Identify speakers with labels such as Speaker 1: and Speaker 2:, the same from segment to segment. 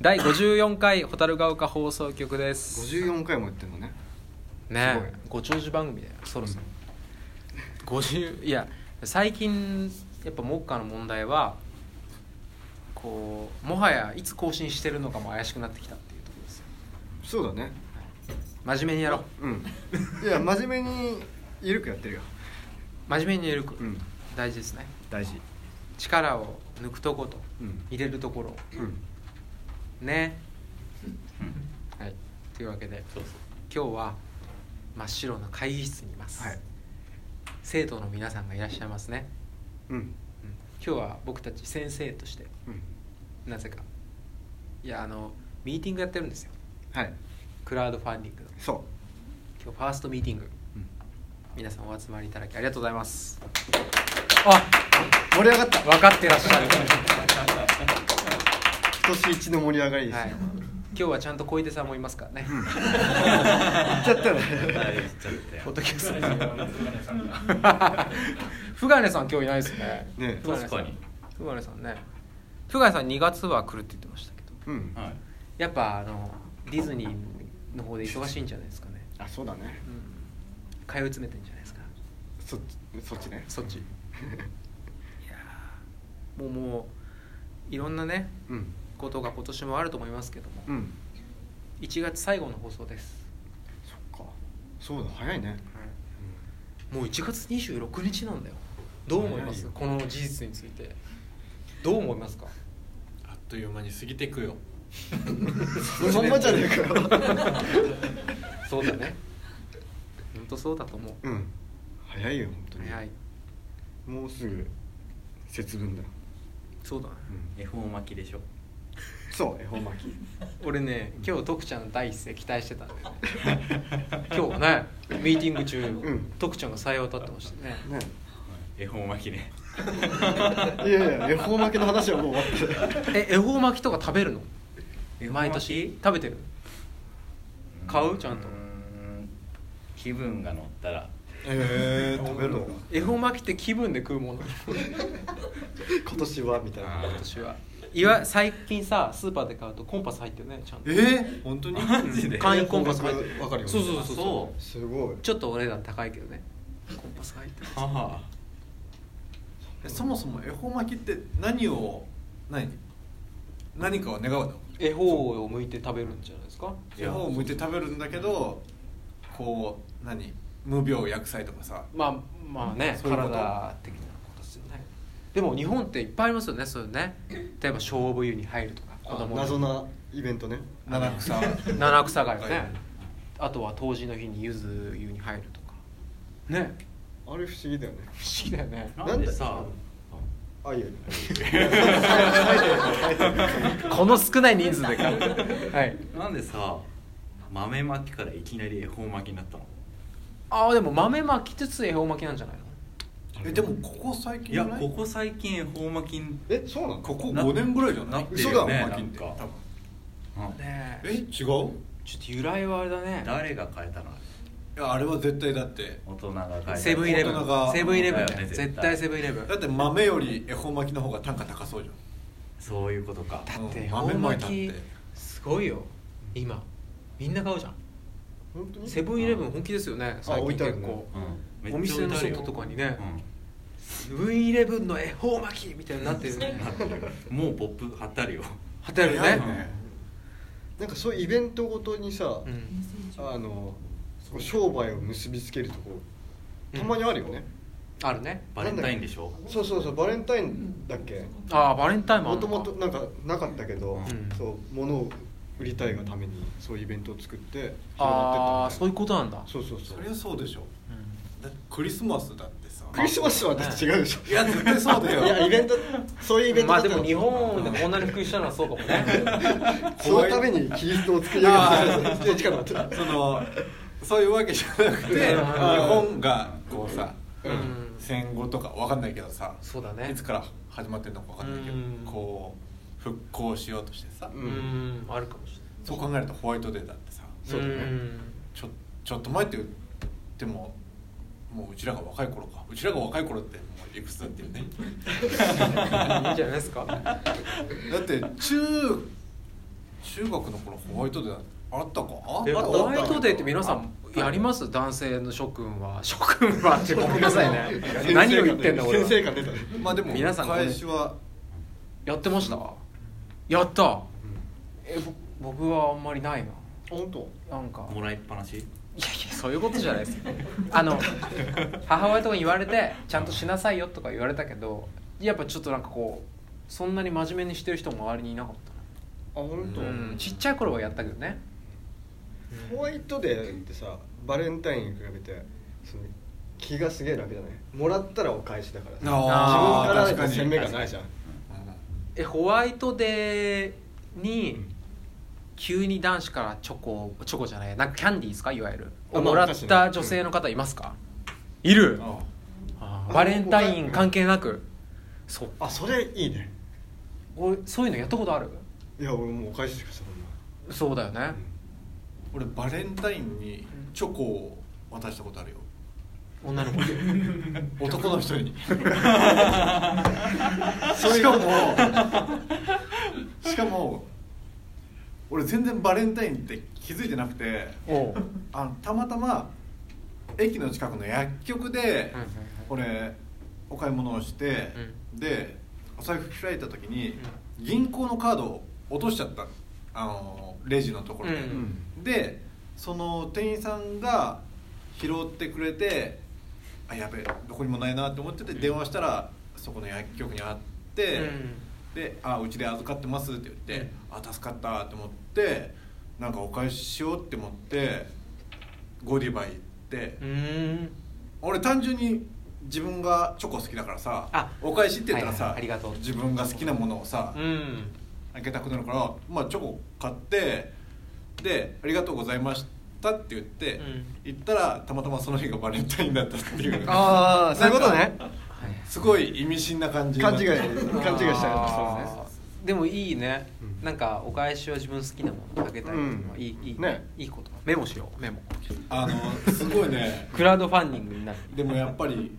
Speaker 1: 第54回蛍ヶ丘放送局です
Speaker 2: 54回もやってるのね
Speaker 1: ね
Speaker 2: すごい
Speaker 1: ご長寿番組だよそろそろ、50いや最近やっぱ目下の問題はこうもはやいつ更新してるのかも怪しくなってきたっていうところですよ
Speaker 2: そうだね
Speaker 1: 真面目にやろう
Speaker 2: うんいや真面目にゆるくやってるよ
Speaker 1: 真面目にやるく、
Speaker 2: うん
Speaker 1: 大事ですね
Speaker 2: 大事
Speaker 1: 力を抜くとこと
Speaker 2: うん
Speaker 1: 入れるところ
Speaker 2: うん
Speaker 1: ねはいというわけで今日は真っ白な会議室にいます、
Speaker 2: はい
Speaker 1: 生徒の皆さんがいらっしゃいますね、
Speaker 2: うん
Speaker 1: うん今日は僕たち先生として
Speaker 2: うん
Speaker 1: なぜかいやあのミーティングやってるんですよ
Speaker 2: はい
Speaker 1: クラウドファンディングの
Speaker 2: そ
Speaker 1: 今日ファーストミーティング
Speaker 2: う、うん、
Speaker 1: 皆さんお集まりいただきありがとうございますあ
Speaker 2: 盛り上がった
Speaker 1: 分かってらっしゃる
Speaker 2: 今年一の盛り上がりです
Speaker 1: はい
Speaker 2: ね、、
Speaker 1: 今日はちゃんと小出さんもいますからね。
Speaker 2: 言っちゃったね
Speaker 1: ポッドキャストです ふがねさん今日いないですね。
Speaker 2: ね
Speaker 1: ふがねさん
Speaker 3: 確かに。
Speaker 1: ふがねさんね。ふがねさん2月は来るって言ってましたけど、
Speaker 2: うん
Speaker 3: はい。
Speaker 1: やっぱあのディズニーの方で忙しいんじゃないですかね。
Speaker 2: あそうだね
Speaker 1: うん。通い詰めてんじゃないですか。
Speaker 2: そっちそっちね
Speaker 1: そっち。いやーもうもういろんなね
Speaker 2: うん
Speaker 1: ことが今年もあると思いますけども、
Speaker 2: うん
Speaker 1: 1月最後の放送です。
Speaker 2: そっかそうだ早いね、
Speaker 1: もう1月26日なんだよどう思います
Speaker 2: 早いよ
Speaker 1: この事実についてどう思いますか
Speaker 3: あっという間に過ぎてくよ。
Speaker 2: うん、まんまじゃねえかよ
Speaker 1: そうだね本当そうだと思う
Speaker 2: うん早いよ本当に
Speaker 1: 早い
Speaker 2: もうすぐ節分だ、
Speaker 1: そうだね
Speaker 2: うん、
Speaker 3: 絵本巻きでしょ。
Speaker 2: そう恵方巻き
Speaker 1: 俺ね今日徳ちゃんの第一声期待してたんだよね今日ねミーティング中、
Speaker 2: ん
Speaker 1: 徳ちゃんが採用立ってましたね
Speaker 2: ね
Speaker 3: 絵本巻きね。
Speaker 2: いやいや恵方巻きの話はもう終わって
Speaker 1: え恵方巻きとか食べるの
Speaker 4: 恵方巻き
Speaker 1: 毎年食べてる 買うちゃんと
Speaker 4: ー気分が乗ったら
Speaker 2: ええ食べるの
Speaker 1: 恵方巻きって気分で食う もの
Speaker 2: 今年はみたいな
Speaker 3: あ
Speaker 1: 私はいわ最近さスーパーで買うとコンパス入ってるねちゃんと
Speaker 2: えー、本当にマ
Speaker 3: ジで
Speaker 1: 簡易コンパス入ってる
Speaker 2: わかるよ
Speaker 1: そうそうそうそう
Speaker 3: そ
Speaker 2: すごい
Speaker 1: ちょっとお値段高いけどねコンパス入って
Speaker 3: う。は
Speaker 5: そもそも恵方巻きって何を何何かを願うの
Speaker 1: 恵方を向いて食べるんじゃないですか
Speaker 5: 恵方を向いて食べるんだけどこう何無病薬剤とかさ
Speaker 1: まあまあね
Speaker 5: そういうこと
Speaker 1: 体的なことですよねでも日本っていっぱいありますよねそういうね例えば勝負湯に入るとか子供の
Speaker 2: 謎なイベントね
Speaker 5: 七草
Speaker 1: 七草がよね、
Speaker 5: はい
Speaker 1: あとは冬至の日に柚子湯に入るとかね
Speaker 2: あれ不思議だよね
Speaker 1: 不思議だよね
Speaker 3: あ。なんでさ。
Speaker 2: あいやいや
Speaker 1: この少ない人数で買うはい
Speaker 3: なんでさ。豆巻きからいきなり恵方巻きになったの。
Speaker 1: ああでも豆巻きつつ恵方巻きなんじゃないの
Speaker 5: えでもここ最近
Speaker 3: い
Speaker 5: じ
Speaker 3: や、
Speaker 5: ゃない
Speaker 3: ここ最近恵方巻きに。
Speaker 2: えそうなの
Speaker 5: ここ5年ぐらいじゃ
Speaker 3: な
Speaker 5: ない
Speaker 3: ってる
Speaker 5: 嘘
Speaker 3: よ
Speaker 5: だ
Speaker 3: ね
Speaker 5: 恵方巻きって
Speaker 3: なんか
Speaker 5: 多分
Speaker 1: ね
Speaker 5: え
Speaker 1: え
Speaker 5: 違う
Speaker 1: ちょっと由来はあれだね
Speaker 3: 誰が変えたの。
Speaker 5: いやあれは絶対だって
Speaker 3: 大人が変えた。
Speaker 1: セブンイレブ
Speaker 5: 大人
Speaker 1: ン
Speaker 5: が
Speaker 1: セブンイレブン
Speaker 3: だよね
Speaker 1: 絶
Speaker 3: 絶
Speaker 1: 対
Speaker 3: 対
Speaker 1: セブンイレブン
Speaker 5: だって豆より恵方巻きの方が単価高そうじ
Speaker 3: そういうことか。
Speaker 1: だって
Speaker 5: うん
Speaker 1: 恵方
Speaker 5: 豆
Speaker 1: 巻
Speaker 5: 巻い
Speaker 1: き
Speaker 5: たって
Speaker 1: すごいよ今みんな買うじゃん
Speaker 2: 本当に
Speaker 1: セブンイレブン本気ですよね最近
Speaker 2: 置いてある
Speaker 1: 結
Speaker 2: ね
Speaker 1: 構
Speaker 3: うん。めっちゃ
Speaker 1: お店の
Speaker 3: 置いてあるよ
Speaker 1: 外とかにね
Speaker 3: うん
Speaker 1: セブンイレブンの恵方巻きみたいになってるよね
Speaker 3: なってるもうポップ貼ってあるよ。
Speaker 1: はてあるよ
Speaker 5: 早い
Speaker 1: ね
Speaker 5: ね
Speaker 2: なんかそういうイベントごとにさ、
Speaker 1: うん
Speaker 2: あのこう商売を結びつけるとこたまにあるよね、
Speaker 1: あるね
Speaker 3: バレンタインでしょ。
Speaker 2: そうそうそうバレンタインだっけ
Speaker 1: ああバレンタインもある
Speaker 2: もと
Speaker 1: のか
Speaker 2: もとなんかなかったけど、
Speaker 1: うん
Speaker 2: そう物を売りたいがためにそういうイベントを作って
Speaker 1: ああそうい
Speaker 2: 広
Speaker 1: うことなんだ
Speaker 2: がってったみたいなそうそうそ
Speaker 5: そりゃ
Speaker 2: う
Speaker 5: そうでしょ
Speaker 1: うん
Speaker 5: だってクリスマスだってさ
Speaker 2: クリスマスは私違うでしょ
Speaker 5: いや絶対そうだよ
Speaker 2: いやイベントそういうイベント
Speaker 1: ま
Speaker 2: だ
Speaker 1: あ
Speaker 2: った
Speaker 1: で
Speaker 2: ら
Speaker 1: も日本でこんなに普及したのはそうかもね
Speaker 2: そのためにキリストを作り上げ
Speaker 5: あ
Speaker 2: たいや違う待って
Speaker 5: そのそういうわけじゃなくて日本がこうさ、
Speaker 1: うん
Speaker 5: 戦後とかわかんないけどさ
Speaker 1: そうだね
Speaker 5: いつから始まってるのかわかんないけど、
Speaker 1: うん
Speaker 5: こう復興しようとしてさ、
Speaker 2: う
Speaker 1: うんんあるかもしれない
Speaker 5: そう考えるとホワイトデーだってさ
Speaker 2: そうだね
Speaker 1: ん
Speaker 5: ちょちょっと前って言ってももううちらが若い頃かうちらが若い頃ってもういくつだっていうね
Speaker 1: いいんじゃないですか。
Speaker 5: だって中中学の頃ホワイトデーあったかあ
Speaker 3: え
Speaker 5: あ
Speaker 1: ホワイトデーって皆さんやります男性の諸君は諸君はってごめんなさいね何を言ってんだ俺は
Speaker 2: 先生が出たね
Speaker 5: まあでも
Speaker 1: 皆さんこれ
Speaker 5: 返しは
Speaker 1: やってましたやったえぼ僕はあんまりないな
Speaker 2: 本当
Speaker 1: なんか
Speaker 3: もらいっぱなし
Speaker 1: いやいやそういうことじゃないですよ あの母親とかに言われてちゃんとしなさいよとか言われたけどやっぱちょっとなんかこうそんなに真面目にしてる人も周りにいなかっ
Speaker 2: あ本
Speaker 1: た
Speaker 2: 当、
Speaker 1: なうんちっちゃい頃はやったけどね
Speaker 2: ホワイトデーってさバレンタインに比べてその気がすげえ楽だねもらったらお返しだからさ自分
Speaker 5: あ
Speaker 2: か
Speaker 5: ー
Speaker 2: らだと
Speaker 5: 確か
Speaker 2: 攻
Speaker 5: に
Speaker 2: めがないじゃん
Speaker 1: えホワイトデーに急に男子からチョコチョコじゃないなんかキャンディーですかいわゆる
Speaker 2: あまあ
Speaker 1: もらっ
Speaker 2: 確か
Speaker 1: た
Speaker 2: に
Speaker 1: 女性の方いますかいる
Speaker 5: あ
Speaker 1: あーバレンタイン関係なくそう
Speaker 2: あそれいいね
Speaker 1: 俺そういうのやったことある
Speaker 2: いや俺もうお返ししかしたもんな
Speaker 1: そうだよね
Speaker 5: 俺バレンタインにチョコを渡し たことあるよ
Speaker 1: 女の子
Speaker 5: 男の人にしかもしかも俺全然バレンタインって気づいてなくて
Speaker 1: おう
Speaker 5: あのたまたま駅の近くの薬局で
Speaker 1: うんうんうん
Speaker 5: 俺お買い物をして、でお財布開いた時に銀行のカードを落としちゃったのあのレジのところで、
Speaker 1: うん
Speaker 5: でその店員さんが拾ってくれてあやべえどこにもないなって思ってて電話したらそこの薬局にあって、で「あうちで預かってます」って言って「あ助かった」って思ってなんかお返ししようって思ってゴディバ行って、
Speaker 1: うんうん
Speaker 5: 俺単純に自分がチョコ好きだからさ
Speaker 1: あ
Speaker 5: お返しって言ったらさ、
Speaker 1: はいはいありがとう
Speaker 5: 自分が好きなものをさ、
Speaker 1: うん
Speaker 5: あげたくなるから、まあ、チョコ買ってで「ありがとうございました」って言って、
Speaker 1: うん
Speaker 5: 行ったらたまたまその日がバレンタインだったってい う
Speaker 2: あーそういうことね
Speaker 5: なんかすごい意味深な感じにな
Speaker 2: 勘
Speaker 5: っ
Speaker 2: 違い
Speaker 5: て
Speaker 2: 勘違いしたから
Speaker 1: あーでもいいね、
Speaker 2: うん
Speaker 1: なんかお返しは自分好きなものにかけたいっていうのは
Speaker 2: うん
Speaker 1: いい、いい
Speaker 2: ね
Speaker 1: いいことメモしようメモ
Speaker 5: あのすごいね
Speaker 1: クラウドファンディングになる
Speaker 5: でもやっぱり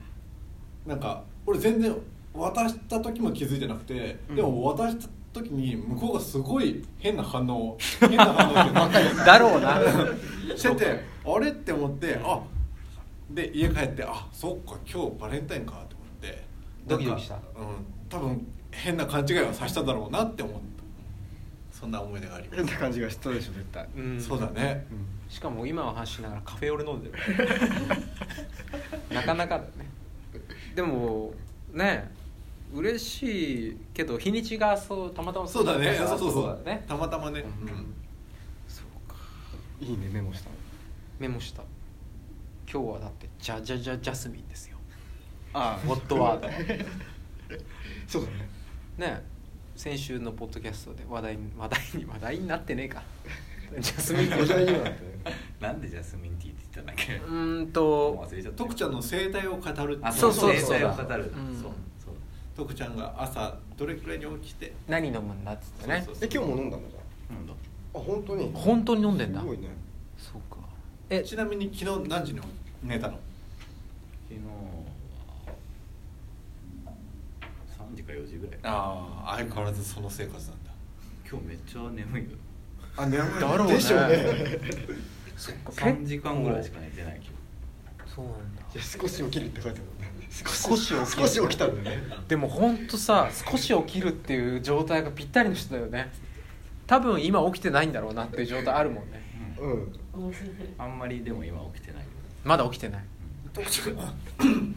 Speaker 5: なんか俺全然渡した時も気づいてなくて、
Speaker 2: うん
Speaker 5: でも渡した時に向こうがすごい変な反 応変な反応ってばっかり
Speaker 1: だろうな
Speaker 5: しててあれって思ってあで家帰ってあそっか今日バレンタインかって思って
Speaker 1: ドキドキした
Speaker 5: なんかうん多分変な勘違いはさせただろうなって思ったそんな思い出があります
Speaker 2: 変な感じがしたでしょ絶対
Speaker 1: うん
Speaker 5: そうだね
Speaker 2: うん
Speaker 1: しかも今は話しながらカフェオレ飲んでる なかなかだねでもね嬉しいけど日にちがそうたまたま
Speaker 5: そうだねそうそう
Speaker 1: そ
Speaker 5: そうう
Speaker 1: だね
Speaker 5: たまたまね、
Speaker 1: うん
Speaker 5: うん
Speaker 2: いいねメモした
Speaker 1: メモした今日はだってジャジャジャジャスミンですよ
Speaker 2: あ
Speaker 1: ホットワードね
Speaker 2: そうだね
Speaker 1: 先週のポッドキャストで話題に話題に話題になってねえ かジャスミン
Speaker 2: お
Speaker 1: っ
Speaker 2: じゃに
Speaker 1: て
Speaker 2: はなってね
Speaker 4: なんでジャスミンティーって言ったんだっけ
Speaker 1: うーん
Speaker 4: もう
Speaker 1: と
Speaker 4: 忘れちゃった
Speaker 5: 徳ちゃんの生態を語るってい
Speaker 4: あ
Speaker 1: そうそう
Speaker 4: 生態
Speaker 1: そ
Speaker 4: を
Speaker 1: うだ
Speaker 4: 語る
Speaker 1: うん
Speaker 4: そうそう
Speaker 5: 徳ちゃんが朝どれくらいに起きて
Speaker 1: 何飲むんだっつってね
Speaker 5: そうそう
Speaker 2: え今日も飲んだのじゃ
Speaker 4: なんだ
Speaker 2: あ本当に
Speaker 1: 本当に飲んでんだ
Speaker 2: すごいね
Speaker 1: そうかえ
Speaker 5: ちなみに昨日何時に寝たの
Speaker 4: 昨日は3時か4時ぐらい
Speaker 5: ああ相変わらずその生活なんだ
Speaker 4: 今日めっちゃ眠いよ
Speaker 5: あ眠い
Speaker 1: だろうね
Speaker 2: でしょうね
Speaker 1: そっか
Speaker 4: 3時間ぐらいしか寝てない今
Speaker 1: そうなんだ
Speaker 2: いや少し起きるって書いてあるもんね
Speaker 1: 少し起きる
Speaker 2: 少し起きたんだよね
Speaker 1: でもほんとさ少し起きるっていう状態がぴったりの人だよね多分今起きてないんだろうなっていう状態あるもんね
Speaker 4: 日、
Speaker 2: うん
Speaker 4: うん、あんまりでも今起きてない
Speaker 1: まだ起きてない、
Speaker 5: 特徴が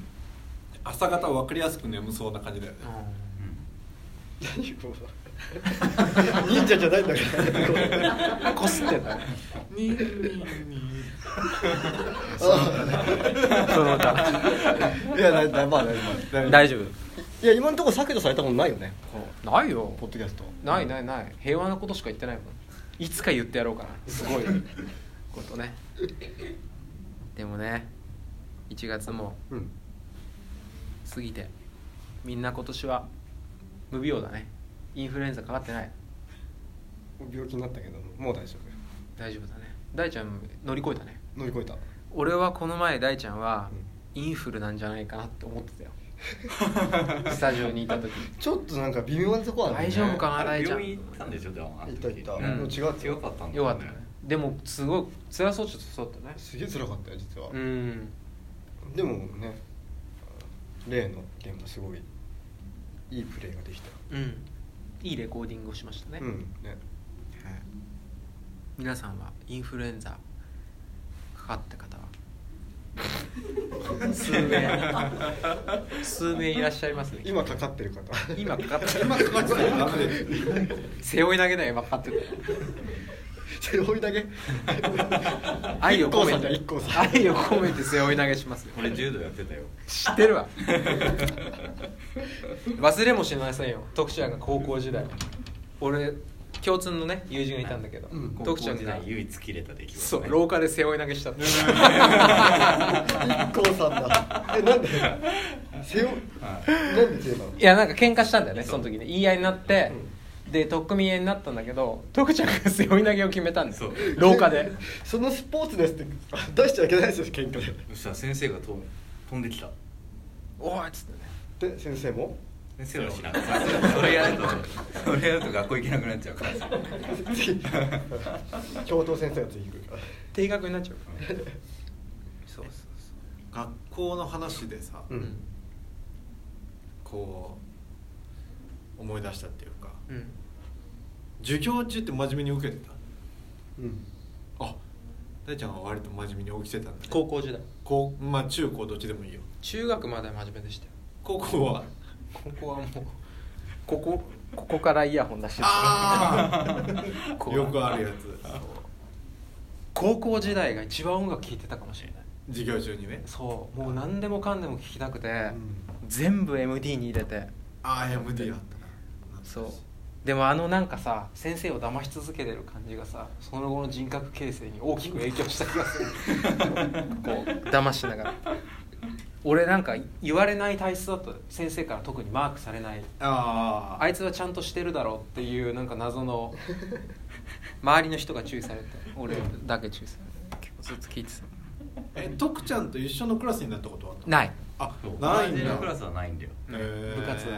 Speaker 5: 朝方分かりやすく眠そうな感じだよね
Speaker 2: 何を忍者じゃないんだから
Speaker 1: うん、こすってん だね
Speaker 5: にーに
Speaker 1: その歌
Speaker 2: いやだだまあ大丈夫
Speaker 1: 大丈
Speaker 2: いや今のところ削除されたもんないよねこの
Speaker 1: 夫ないよ
Speaker 2: ポッドキャスト
Speaker 1: ないないない平和なことしか言ってないもんいつか言ってやろうかなすごいことねでもね1月も
Speaker 2: うん
Speaker 1: 過ぎてみんな今年は無病だねインフルエンザかかってない
Speaker 2: 病気になったけどもう大丈夫
Speaker 1: 大丈夫だね大ちゃん乗り越えたね
Speaker 2: 乗り越えた
Speaker 1: 俺はこの前大ちゃんはインフルなんじゃないかなって思ってたよスタジオにいた時
Speaker 2: ちょっとなんか微妙なとこある
Speaker 1: 大丈夫かな
Speaker 4: あれ
Speaker 1: 大ちゃん
Speaker 4: 病院行ったんでしょでもあの時
Speaker 2: 行った行
Speaker 1: ったうん違
Speaker 4: ん
Speaker 1: う
Speaker 2: って
Speaker 4: 強かったんだ
Speaker 1: よかったねでもすごい辛そうっちゃそうだったね
Speaker 2: すげえ辛かったよ実は、
Speaker 1: うん
Speaker 2: でもね例の現場すごいいいプレーができたよ
Speaker 1: うんいいレコーディングをしましたね、
Speaker 2: うんね
Speaker 1: はい、皆さんはインフルエンザかかった方は数名数名いらっしゃいますね
Speaker 2: 今かかってる方
Speaker 1: 今かかってる
Speaker 2: 今かかってる方
Speaker 1: 背負い投げだよ今かかってる
Speaker 2: 背負いだけ
Speaker 1: 愛を込めて
Speaker 2: 一光さんだ一光さん
Speaker 1: 愛を込めて背負い投げしますよ
Speaker 4: 俺柔道やってたよ
Speaker 1: 知ってるわ忘れもしませんよ徳ちゃんが高校時代俺共通のね友人がいたんだけど、
Speaker 2: うん
Speaker 1: 徳ちゃ
Speaker 4: 高
Speaker 1: ん
Speaker 4: 校時
Speaker 1: が
Speaker 4: 代唯一切れた出来事ね
Speaker 1: そう廊下で背負い投げしたって
Speaker 2: 一光さんだえなんで背負いなんで背負うの
Speaker 1: いやなんか喧嘩したんだよねその時ね言い合いになって、で取っ組み合いになったんだけど徳ちゃんが背負い投げを決めたんです
Speaker 4: そう
Speaker 1: 廊下で
Speaker 2: そのスポーツですって出しちゃいけないですよ喧嘩
Speaker 4: そしたら先生がと飛んできた
Speaker 1: 「 おい!」っつってね
Speaker 2: でで先生も
Speaker 4: 先生はしなかったそれやるとそれやると学校行けなくなっちゃうからさ
Speaker 2: 次教頭先生が次行くから
Speaker 1: 定額になっちゃうからねそうそう
Speaker 5: 学校の話でさ、
Speaker 1: そううんん
Speaker 5: こう思い出したっていうか
Speaker 1: うん
Speaker 5: 授業中って真面目に受けてた
Speaker 2: うん
Speaker 5: あ大ちゃんは割と真面目に起きてたんだ、ね、
Speaker 1: 高校時代
Speaker 5: 高まあ中高どっちでもいいよ
Speaker 1: 中学までは真面目でしたよ
Speaker 5: 高校は
Speaker 1: ここはもうここここからイヤホン出してこう
Speaker 5: よくあるやつ
Speaker 1: 高校時代が一番音楽聴いてたかもしれない
Speaker 5: 授業中にね
Speaker 1: そうもう何でもかんでも聴きたくて、全部 MD に入れて
Speaker 5: ああ MD あったな
Speaker 1: そうでもあのなんかさ先生を騙し続けてる感じがさその後の人格形成に大きく影響した気がす るこう騙しながら俺なんか言われない体質だと先生から特にマークされない
Speaker 5: ああ
Speaker 1: あいつはちゃんとしてるだろうっていうなんか謎の周りの人が注意されて俺だけ注意されて結構ずっと聞いて
Speaker 5: え徳ちゃんと一緒のクラスになったことはあった
Speaker 1: たない
Speaker 5: あ
Speaker 4: そう
Speaker 5: ない
Speaker 4: 同
Speaker 5: ん
Speaker 4: じ
Speaker 5: だ
Speaker 4: のクラスはないんだよ
Speaker 5: へー
Speaker 1: 部活だ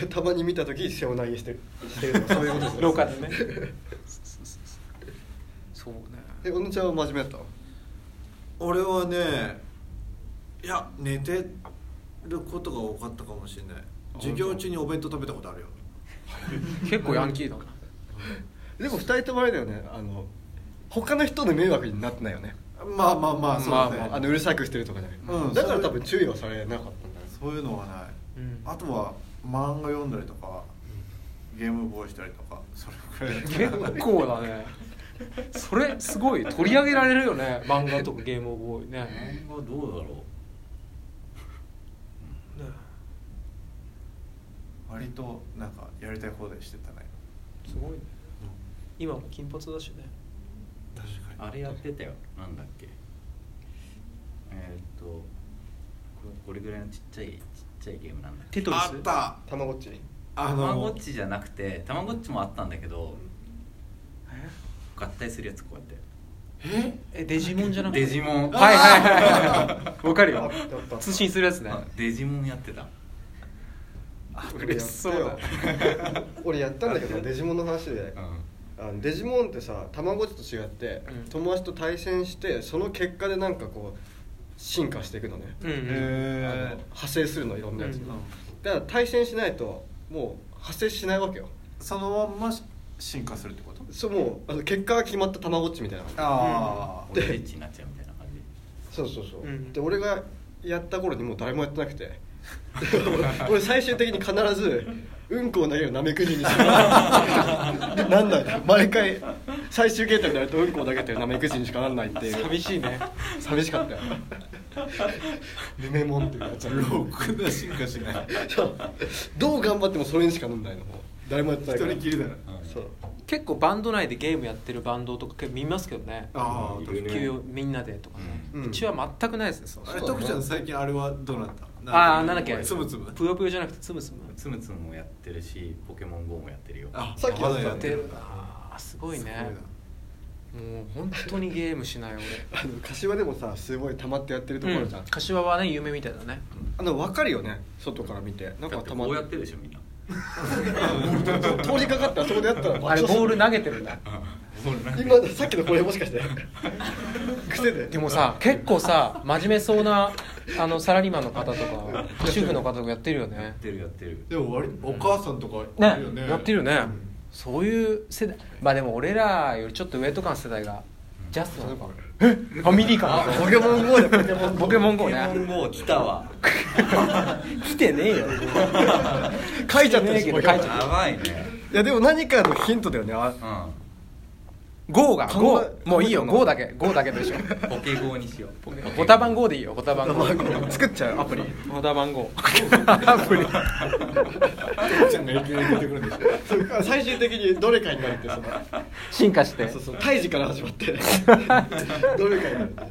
Speaker 2: でたまに見た時背負い投げしてるしてるとかそういうことです
Speaker 1: 廊下でねそうね
Speaker 2: え小野ちゃんは真面目だったの
Speaker 5: 俺はねいや寝てることが多かったかもしれない授業中にお弁当食べたことあるよ
Speaker 1: 結構ヤンキーだな
Speaker 2: でも二人ともあれだよねあの他の人の迷惑になってないよね
Speaker 5: まあまあまあそうだね、
Speaker 1: まあま
Speaker 2: あのうるさくしてるとかじゃない、
Speaker 5: うん
Speaker 2: だから多分注意はされなかったんだよね
Speaker 5: そういうのはない、
Speaker 1: うん
Speaker 5: あとは漫画読んだりとかゲームボーイしたりとかそれくらいだ
Speaker 1: 結構だねそれすごい取り上げられるよね漫画とかゲームボーイね
Speaker 4: 漫画どうだろ
Speaker 5: 割となんかやりたい放題してたね
Speaker 1: すごいね今も金髪だしね
Speaker 5: 確
Speaker 4: うあれやってたよなんだっけえーっとこれこれぐらいのちっちゃいちっちゃいゲームなんだっけ
Speaker 1: テトリス
Speaker 5: あった
Speaker 2: たまごっち
Speaker 5: あ
Speaker 4: たまご
Speaker 5: の
Speaker 4: っちじゃなくてたまごっちもあったんだけど合体するやつこうやって
Speaker 5: え
Speaker 1: えデジモンじゃなくて
Speaker 4: デジモン
Speaker 1: はいはいはいはいわかる
Speaker 2: あ
Speaker 1: よ
Speaker 2: ったあった
Speaker 1: 通信するやつね
Speaker 4: あデジモンやってた
Speaker 1: 嬉しそうだ
Speaker 2: 俺やったんだけどデジモンの話で
Speaker 4: うん
Speaker 2: あのデジモンってさたまごっちと違って、
Speaker 1: うん
Speaker 2: 友達と対戦してその結果でなんかこう進化していくのね、
Speaker 1: うんうん
Speaker 2: あの
Speaker 5: え
Speaker 2: 派生するのいろんなやつ
Speaker 1: う
Speaker 2: に、
Speaker 1: ん
Speaker 2: だから対戦しないともう派生しないわけよ
Speaker 5: そのまんま進化するってこと
Speaker 2: そうもうあの結果が決まったたまごっちみたいな感じ
Speaker 5: あ
Speaker 4: 俺リッチになっちゃうみたいな感じ
Speaker 2: そうそうそう、
Speaker 1: うん
Speaker 2: で俺がやった頃にもう誰もやってなくて 俺最終的に必ずうんこを投げるなめくじにしてなんだよ毎回最終形態になるとうんこを投げてるなめくじにしかなんないっていう
Speaker 1: 寂しいね
Speaker 2: 寂しかったよ夢もんっていうやつ
Speaker 5: あろくな進化しない
Speaker 2: そうどう頑張ってもそれにしかなんないの誰もやってな
Speaker 5: 一
Speaker 2: いから
Speaker 5: 人きりだな
Speaker 2: そう
Speaker 1: 結構バンド内でゲームやってるバンドとか見ますけどね
Speaker 5: ああ
Speaker 4: い
Speaker 5: 徳
Speaker 4: る
Speaker 5: ち
Speaker 4: ね
Speaker 1: 給与みんなでとかね、う
Speaker 2: うん
Speaker 1: ちは全くないですねそう
Speaker 5: ゃんあれ徳ちゃん最近あれはどうなった
Speaker 1: ああなんだっけ
Speaker 5: つむつむ
Speaker 1: ぷよぷよじゃなくてつむつむ
Speaker 4: つむつむもやってるしポケモン GO もやってるよ
Speaker 5: あ
Speaker 2: さっきやってた
Speaker 5: まだ
Speaker 1: やってるあーすごいね
Speaker 5: すごいな
Speaker 1: もう本当にゲームしない俺
Speaker 2: あの柏でもさすごい溜まってやってるところじゃん、
Speaker 1: うん柏はね夢みたいだね
Speaker 2: あの分かるよね外から見てなん
Speaker 4: だ
Speaker 2: か
Speaker 4: って
Speaker 2: 溜ま
Speaker 4: こうやっ
Speaker 2: って
Speaker 4: てるでしょみんな
Speaker 2: 通りかかったらそこでやったら
Speaker 1: あれボール投げてるんだ
Speaker 2: 今のさっきのこれもしかして癖で
Speaker 1: でもさ結構さ真面目そうなあのサラリーマンの方とか主婦の方とかやってるよね
Speaker 4: やってるやってる
Speaker 5: でも割お母さんとかい
Speaker 1: ね
Speaker 5: るよね
Speaker 1: やってるよね、
Speaker 5: うん
Speaker 1: そういう世代まあでも俺らよりちょっと上とかの世代がジャストなのかなえファミリーかなポケモン GO だポケモン GO
Speaker 4: ポケモ
Speaker 1: ね
Speaker 4: ン GO 来たわ
Speaker 1: 来てねえよ
Speaker 2: 書いちゃった
Speaker 1: ね
Speaker 2: し
Speaker 1: えけ
Speaker 2: ポ
Speaker 1: ど書い
Speaker 2: ケモン
Speaker 1: ちゃっ
Speaker 4: やばいね
Speaker 2: いやでも何かのヒントだよねあ
Speaker 4: う
Speaker 1: た GO が
Speaker 2: 考
Speaker 1: GO
Speaker 2: え
Speaker 1: もういいよ
Speaker 2: 考えてんの
Speaker 1: GO だけ GO だけでしょ
Speaker 4: んポケ GO にしよう
Speaker 1: ホタ番号でいいよホタ番 号
Speaker 2: 作っちゃうアプリ
Speaker 1: ホタ番号 アプリ
Speaker 5: ちゃんが影響を受けてくるんでしょ
Speaker 2: 最終的にどれかになるってその
Speaker 1: 進化して
Speaker 2: そうそう胎児から始 まってどれかになるって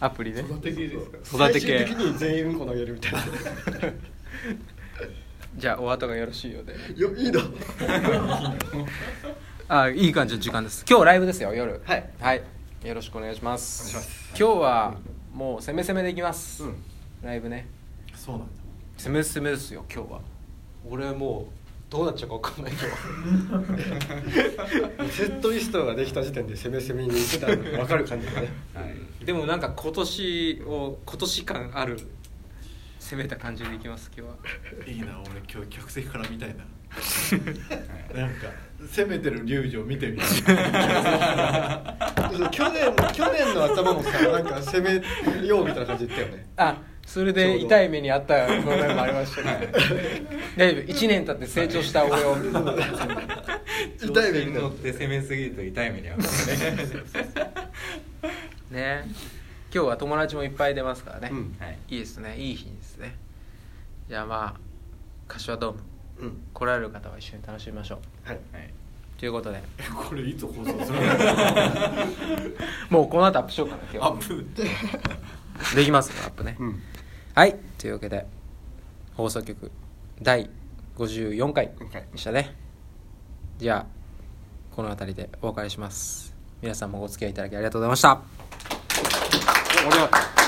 Speaker 1: アプリね
Speaker 2: 育て系です
Speaker 1: か育て系
Speaker 2: 最終的に全員うんこ投げるみたいな
Speaker 1: じゃあお後がよろしいようで
Speaker 2: よいいの
Speaker 1: あいい感じの時間です今日ライブですよ夜
Speaker 2: はい
Speaker 1: よろしくお願いします
Speaker 2: お願いします
Speaker 1: 今日はもう攻め攻めでいきます、
Speaker 2: うん
Speaker 1: ライブね
Speaker 5: そうなんだ
Speaker 1: 攻め攻めですよ今日は俺はもうどうなっちゃうか分かんないけど
Speaker 2: セットリストができた時点で攻め攻めに行ってたの分かる感じだね
Speaker 4: は い
Speaker 1: でもなんか今年を今年感ある攻めた感じでいきます今日はい
Speaker 5: いな俺今日客席から見たいななんか攻めてる龍二を見て みたい
Speaker 2: そう去年去年の頭もさなんか攻めようみたいな感じで言ったよね
Speaker 1: あそれ
Speaker 2: ちょう
Speaker 1: で
Speaker 2: ど
Speaker 1: 痛い目にあった部分もありましたね大丈夫1年経って成長した 俺を
Speaker 2: 痛い目に
Speaker 4: 乗
Speaker 2: な
Speaker 4: っ
Speaker 2: って
Speaker 4: て攻めすぎると痛い目に遭う
Speaker 1: ね今日は友達もいっぱい出ますからね、
Speaker 2: うん
Speaker 4: はい
Speaker 1: いいですねいい日ですねじゃあまあ柏ドーム
Speaker 2: うん
Speaker 1: 来られる方は一緒に楽しみましょう
Speaker 2: はい
Speaker 4: はい
Speaker 1: という ことで
Speaker 5: これいつ放送する の
Speaker 1: もうこの後アップしようかな今日
Speaker 5: アップ
Speaker 1: できますかアップね、
Speaker 2: うん
Speaker 1: はいというわけで放送局第54回でしたねじゃあこの辺りでお別れします皆さんもお付き合いいただきありがとうございました